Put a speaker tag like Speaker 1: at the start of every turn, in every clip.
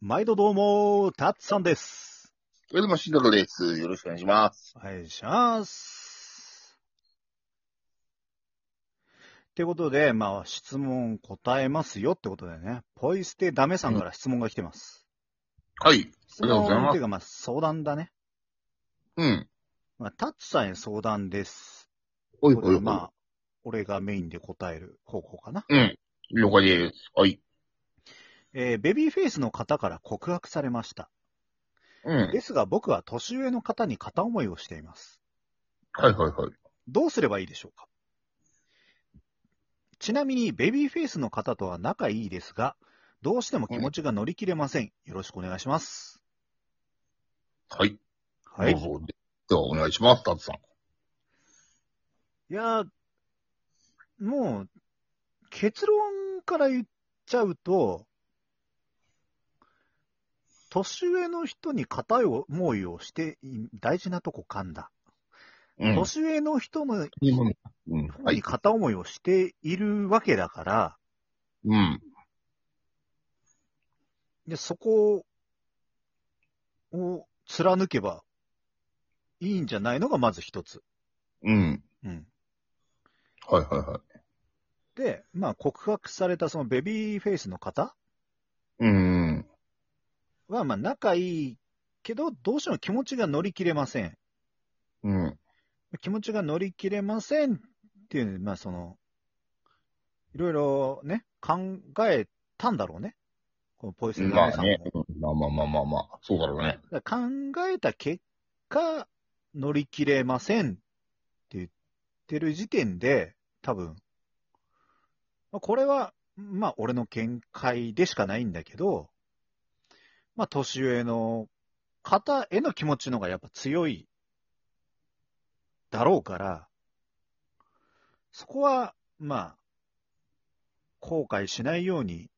Speaker 1: 毎度どうも、たつさんです。
Speaker 2: それでもしんどくです。よろしくお願いします。
Speaker 1: お願いします。ってことで、まあ、質問答えますよってことだよね。ポイ捨てダメさんから質問が来てます。
Speaker 2: はい。
Speaker 1: 質
Speaker 2: ありがとう
Speaker 1: 問
Speaker 2: ございます
Speaker 1: っていうか、まあ、相談だね。
Speaker 2: うん。
Speaker 1: まあ、タッツさんへ相談です。
Speaker 2: おい
Speaker 1: こ
Speaker 2: お
Speaker 1: れ
Speaker 2: いお。
Speaker 1: はいまあ、俺がメインで答える方法かな。
Speaker 2: うん。了解です。はい。
Speaker 1: えーベビーフェイスの方から告白されました。
Speaker 2: うん。はい
Speaker 1: ですが、僕は年上の方に片思いをしています。
Speaker 2: はいはい。
Speaker 1: どうすればいいでしょうかちなみに、ベビーフェイスの方とは仲いいですが、どうしても気持ちが乗り切れません。よろしくお願いします。
Speaker 2: はい。
Speaker 1: は
Speaker 2: ど
Speaker 1: いう
Speaker 2: ぞ。ではお願いします、たつさん。
Speaker 1: やー、もう、結論から言っちゃうと、年上の人に片思いをしてい、大事なとこ噛んだ。
Speaker 2: うん。
Speaker 1: 年上の人の
Speaker 2: うん。は
Speaker 1: に
Speaker 2: い。
Speaker 1: 片思いをしているわけだから、
Speaker 2: うん。
Speaker 1: で、そこを貫けばいいんじゃないのがまず一つ。
Speaker 2: うん。
Speaker 1: うん。
Speaker 2: はいはいはい。
Speaker 1: で、まあ告白されたそのベビーフェイスの方
Speaker 2: うん。
Speaker 1: は、まあ仲いいけど、どうしても気持ちが乗り切れません。
Speaker 2: うん。
Speaker 1: 気持ちが乗り切れませんっていう、まあその、いろいろね、考えたんだろうね。このポイ捨ての皆
Speaker 2: まあ
Speaker 1: さんも。
Speaker 2: ね。うんまあまあまあまあまあ。そうだろうね。
Speaker 1: だから考えた結果、乗り切れませんって言ってる時点で、多分、まあ、これは、まあ、俺の見解でしかないんだけど、まあ、年上の方への気持ちの方がやっぱ強いだろうから、そこは、まあ、後悔しないように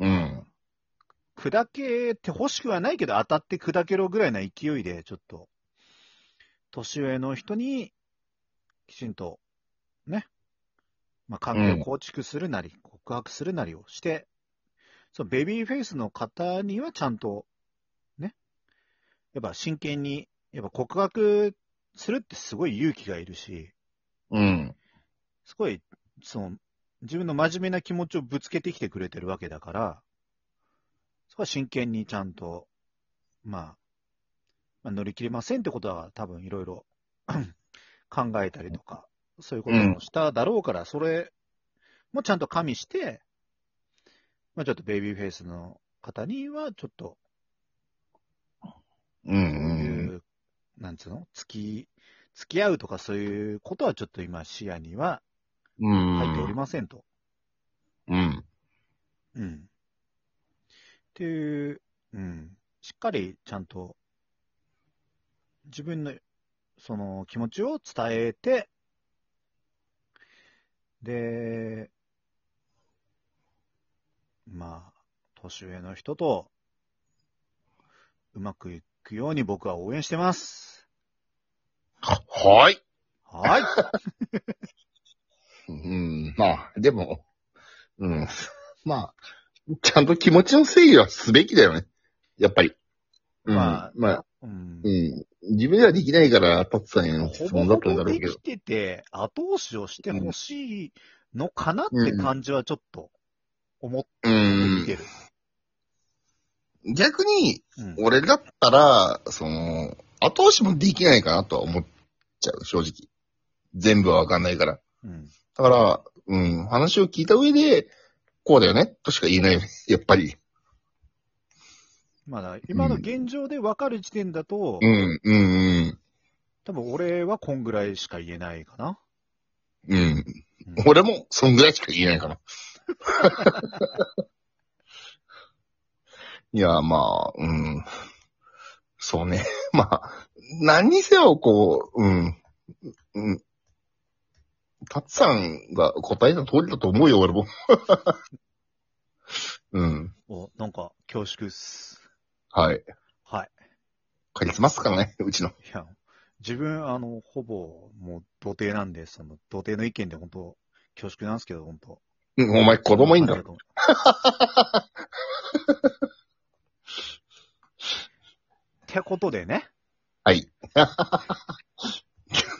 Speaker 2: うん。
Speaker 1: 砕けて欲しくはないけど、当たって砕けろぐらいな勢いで、ちょっと、年上の人に、きちんと、ね、まあ、関係を構築するなり、告白するなりをして、そのベビーフェイスの方にはちゃんと、ね、やっぱ真剣に、やっぱ告白するってすごい勇気がいるし、
Speaker 2: うん。
Speaker 1: すごい、その、自分の真面目な気持ちをぶつけてきてくれてるわけだから、そこは真剣にちゃんと、まあ、まあ、乗り切れませんってことは多分いろいろ 考えたりとか、そういうこともしただろうから、それもちゃんと加味して、まあちょっとベイビーフェイスの方にはちょっと、そう
Speaker 2: うん。う
Speaker 1: い
Speaker 2: ん。
Speaker 1: う、なんつうの付き、付き合うとかそういうことはちょっと今視野には
Speaker 2: う
Speaker 1: 入っており
Speaker 2: ん。
Speaker 1: ませんと。
Speaker 2: うん。
Speaker 1: うん。っていう、うん。しっかりちゃんと、自分の、その気持ちを伝えて、で、まあ、年上の人と、うまくいくように僕は応援してます。
Speaker 2: はい。
Speaker 1: はい。
Speaker 2: うん。まあ、でも、うん。 まあ、ちゃんと気持ちの整理はすべきだよね。やっぱり。うん、
Speaker 1: まあ
Speaker 2: まあ、
Speaker 1: うん
Speaker 2: う。ん。自分ではできないから、たつさんへの質
Speaker 1: ほぼ
Speaker 2: 問だ
Speaker 1: ほ
Speaker 2: ったん
Speaker 1: ぼ
Speaker 2: だろう
Speaker 1: で
Speaker 2: けど
Speaker 1: き。てて、後押しをしてほしいのかなって感じはちょっと思って
Speaker 2: う
Speaker 1: 見て
Speaker 2: ん。
Speaker 1: る。
Speaker 2: 逆に、
Speaker 1: うん
Speaker 2: 俺だったら、その、後押しもできないかなとは思っちゃう、正直。全部はわかんないから。
Speaker 1: うん。
Speaker 2: だから、うん、話を聞いた上で、こうだよね、としか言えないよね。やっぱり。
Speaker 1: まあだ、今の現状で分かる時点だと、
Speaker 2: うん、うん、
Speaker 1: 多分俺はこんぐらいしか言えないかな。
Speaker 2: うん。うん。
Speaker 1: うん
Speaker 2: 俺も、そんぐらいしか言えないかな。いや、まあ、うん。そうね。 まあ、何にせよ、こう、うん。うん。たつさんが答えた通りだと思うよ、俺も。 うん。
Speaker 1: お、なんか恐縮っす。
Speaker 2: はい。
Speaker 1: はい。
Speaker 2: カリスマっすからね、うちの。
Speaker 1: いや、自分、あの、ほぼ、もう、童貞なんで、その、童貞の意見で本当恐縮なんですけど、本当
Speaker 2: うん、お前子供いんだ
Speaker 1: あ
Speaker 2: ろ
Speaker 1: る。と思 う。ってことでね。
Speaker 2: はい。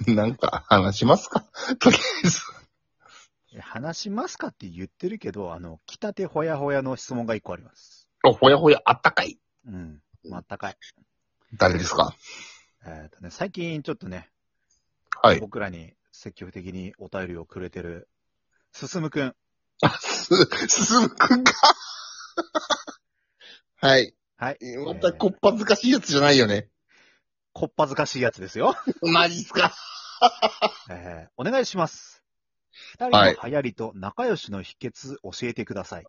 Speaker 2: なんか話しますかとりあえず。
Speaker 1: 話しますかって言ってるけど、あの、来たてほやほやの質問が一個あります。
Speaker 2: おほやほやあったかい。
Speaker 1: うん。まあ、あったかい。
Speaker 2: 誰ですか
Speaker 1: えっ、とね、最近ちょっとね、
Speaker 2: はい。
Speaker 1: 僕らに積極的にお便りをくれてる、すすむくん。
Speaker 2: す、すずくんか はい。
Speaker 1: はい。
Speaker 2: またこっぱずかしいやつじゃないよね。
Speaker 1: こっぱずかしいやつですよ。
Speaker 2: マジっすか
Speaker 1: えーお願いします。二人
Speaker 2: は
Speaker 1: の
Speaker 2: い
Speaker 1: 流行りと仲良しの秘訣教えてください。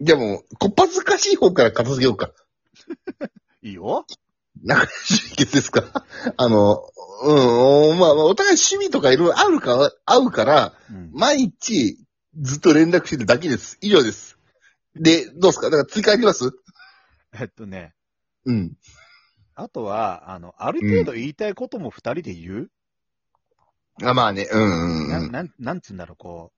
Speaker 2: でも、こっぱずかしい方から片付けようか。
Speaker 1: い、いよ。
Speaker 2: 仲良し秘訣ですかあの、うん、まあ、まあお互い趣味とかいろいろあるか、合うから、
Speaker 1: うん。
Speaker 2: 毎日ずっと連絡してるだけです。以上です。で、どうですかだから追加あります
Speaker 1: えっとね、
Speaker 2: うん。
Speaker 1: あとは、あの、ある程度言いたいことも二人で言う、
Speaker 2: あ、まあね、うんうん
Speaker 1: な
Speaker 2: うん。
Speaker 1: なん、なんつうんだろう、こう。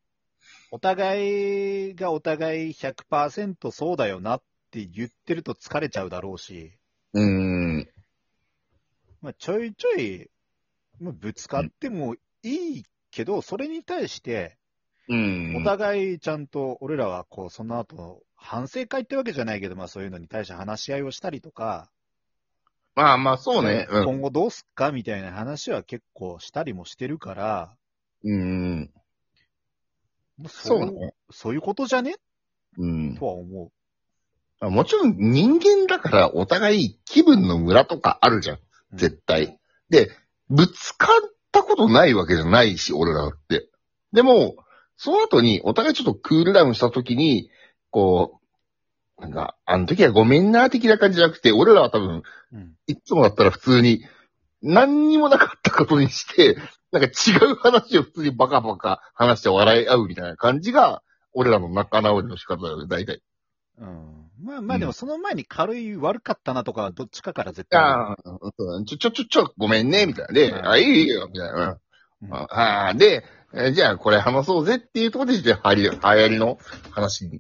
Speaker 1: お互いがお互い100%そうだよなって言ってると疲れちゃうだろうし、
Speaker 2: うん。
Speaker 1: まあ、ちょいちょい、まあ、ぶつかってもいいけど、それに対して、
Speaker 2: うん。
Speaker 1: お互いちゃんと、俺らはこう、その後、反省会ってわけじゃないけど、まあそういうのに対して話し合いをしたりとか、
Speaker 2: まあまあ、そうね。うん
Speaker 1: 今後どうすっかみたいな話は結構したりもしてるから、
Speaker 2: うん。
Speaker 1: もう
Speaker 2: そう
Speaker 1: そう
Speaker 2: ね。
Speaker 1: そういうことじゃね
Speaker 2: うん
Speaker 1: と。は思
Speaker 2: まあもちろん人間だからお互い気分のムラとかあるじゃん。
Speaker 1: う。
Speaker 2: 絶対。で、ぶつかったことないわけじゃないし、俺らって。でも、その後にお互いちょっとクールダウンした時に、こう、なんか、あの時はごめんな、的な感じじゃなくて、俺らは多分、
Speaker 1: うん。
Speaker 2: いつもだったら普通に、何にもなかったことにして、なんか違う話を普通にバカバカ話して笑い合うみたいな感じが、俺らの仲直りの仕方だよね、大体。
Speaker 1: うん。まあまあ
Speaker 2: うん
Speaker 1: でもその前に軽い悪かったなとかはどっちかから絶対。
Speaker 2: ああ、ちょ、ちょ、ちょ、ちょ、ごめんね、みたいな。で、
Speaker 1: うん
Speaker 2: あ、いいよ、みたいな。
Speaker 1: うん
Speaker 2: ああー、で、えーじゃあこれ話そうぜっていうところで、じゃあ流行り流行りの話に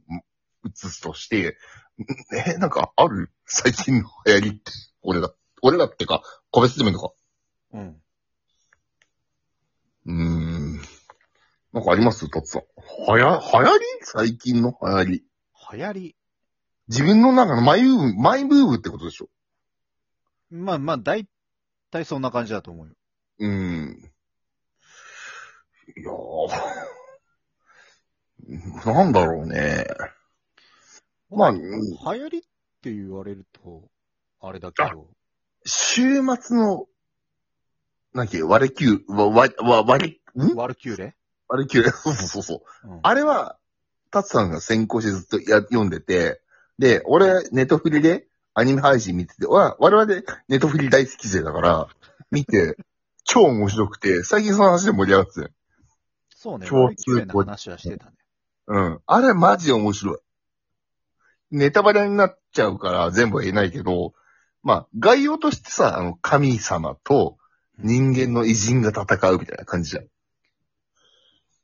Speaker 2: 移すとして、んえー、なんかある最近の流行りって、俺ら、俺らってか、個別でもいいのか。
Speaker 1: うん。
Speaker 2: うーん。なんかありますとっさん。はや、流行り最近の流行り。
Speaker 1: 流行り。
Speaker 2: 自分の中のマイブーム、マイブームってことでしょ。
Speaker 1: まあまあ、大体そんな感じだと思うよ。
Speaker 2: うーん。いやー。 なんだろうね。まあ、う
Speaker 1: 流
Speaker 2: ん
Speaker 1: 行りって言われると、あれだけど。
Speaker 2: 週末の、なんだっけ、割れ球、わ、わ、わ、割れ、ん
Speaker 1: ワルキューレ、
Speaker 2: 割れ球、 そうそうそうそう。
Speaker 1: うん、
Speaker 2: あれは、タツさんが先行してずっとや読んでて、で、俺、ネトフリでアニメ配信見てて、わ我々ネトフリ大好き勢だから、見て、超面白くて、最近その話で盛り上がってたよ
Speaker 1: そうね。ワ
Speaker 2: 共
Speaker 1: ル
Speaker 2: 通
Speaker 1: キューレの話はしてたね。
Speaker 2: うん。あれマジで面白い。ネタバレになっちゃうから全部は言えないけど、まあ、概要としてさ、あの、神様と人間の偉人が戦うみたいな感じじゃん。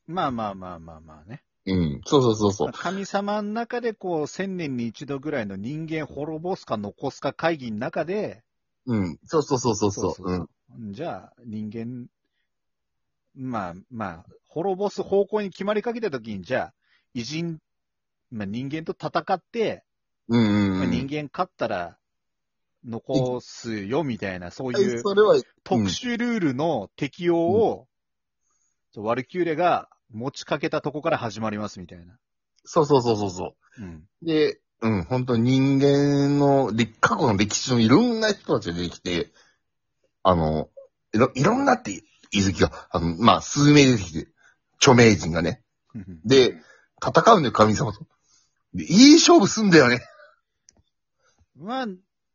Speaker 1: まあまあまあまあまあね。
Speaker 2: うん。そうそうそうそう
Speaker 1: まあ。神様の中でこう、千年に一度ぐらいの人間滅ぼすか残すか会議の中で、
Speaker 2: うん。そうそうそうそうそう。うん。
Speaker 1: じゃあ、人間、まあまあ、滅ぼす方向に決まりかけたときに、じゃあ、偉人、まあ人間と戦って、
Speaker 2: うんうん
Speaker 1: ま
Speaker 2: う
Speaker 1: あ
Speaker 2: ん。
Speaker 1: 人間勝ったら残すよみたいな、そう
Speaker 2: はいいうそれは、
Speaker 1: 特殊ルールの適用を、ワルキューレが持ちかけたとこから始まりますみたいな。
Speaker 2: そうそうそうそうそ
Speaker 1: うん。
Speaker 2: う。で、うん、本当人間の、で、過去の歴史のいろんな人たちが出てきて、あの、いろ、いろんなって言い過ぎが、あの、まあ、数名出てきて、著名人がね。で、戦うんだよ、神様と。で、いい勝負すんだよね。
Speaker 1: まあ、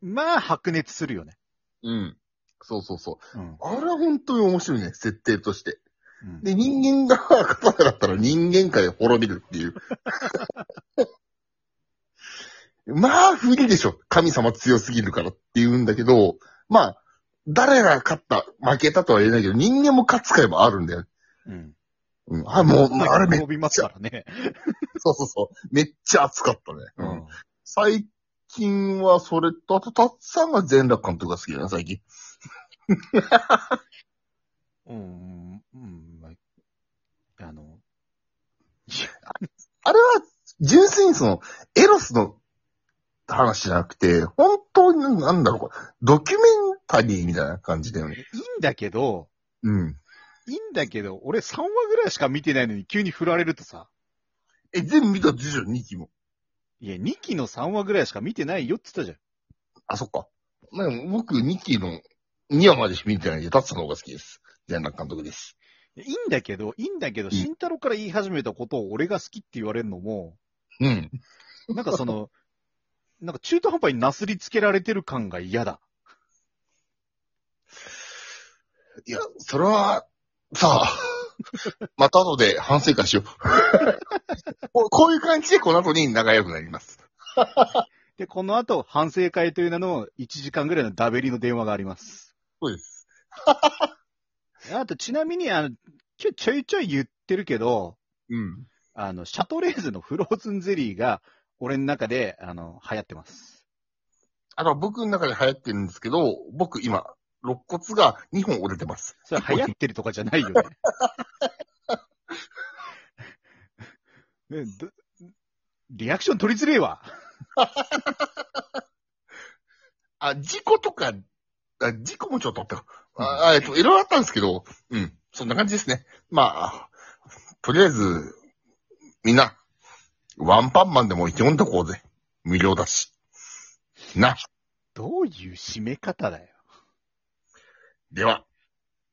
Speaker 1: まあ、白熱するよね。
Speaker 2: うん。そうそうそう。
Speaker 1: うん。
Speaker 2: あれは本当に面白いね、設定として。
Speaker 1: うん
Speaker 2: で、人間が勝たなかったら人間界滅びるっていう。 まあ、不利でしょ。神様強すぎるからって言うんだけど、まあ、誰が勝った、負けたとは言えないけど、人間も勝つかいばあるんだよね。
Speaker 1: うん。
Speaker 2: うん。あ、もう、あれめっ
Speaker 1: 伸びますからね。
Speaker 2: そうそうそう。めっちゃ熱かったね。
Speaker 1: う
Speaker 2: うん。
Speaker 1: ん。
Speaker 2: 最近はそれと、あと、たっさんが全楽監督が好きだな、最近。
Speaker 1: うん。うん。まああの、
Speaker 2: あれは、純粋にその、エロスの話じゃなくて、本当になんだろう、これドキュメンタリーみたいな感じだよ
Speaker 1: い
Speaker 2: ね。
Speaker 1: いんだけど、
Speaker 2: うん。
Speaker 1: いいんだけど、俺3話ぐらいしか見てないのに急に振られるとさ、
Speaker 2: え、全部見たでしょ、2期も。
Speaker 1: いや、2期の3話ぐらいしか見てないよって言ったじ
Speaker 2: あ、そっか。まあ、僕、2期の2話までしか見てないんで、タッさんの方が好きです。全楽監督です。
Speaker 1: ゃん。いやいいんだけど、いいんだけど、
Speaker 2: ん
Speaker 1: 慎太郎から言い始めたことを俺が好きって言われるの も、
Speaker 2: うん。
Speaker 1: なんかその、なんか中途半端になすりつけられてる感が嫌だ。
Speaker 2: いや、それは、さあ、 また後で反省会しよう。 こうこういう感じでこの後に仲良くなります。
Speaker 1: で、この後、反省会という名の1時間ぐらいのダベリの電話があります。
Speaker 2: そうです。
Speaker 1: あと、ちなみに、あの、今日ちょいちょい言ってるけど、
Speaker 2: うん。
Speaker 1: あの、シャトレーゼのフローズンゼリーが、俺の中で、あの、流行ってます。
Speaker 2: あの、僕の中で流行ってるんですけど、僕今、肋骨が2本折れてます。
Speaker 1: それ流行ってるとかじゃないよね。ねどリアクション取りづれえわ。
Speaker 2: あ、事故とか、あ事故もちょっとあったよあ、あえっと、いろいろあったんですけど、うん。そんな感じですね。まあ、とりあえず、みんな、ワンパンマンでも読んどこうぜ。無料だし。な。
Speaker 1: どういう締め方だよ。
Speaker 2: では。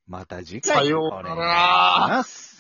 Speaker 1: また次回。
Speaker 2: さようなら
Speaker 1: お願いします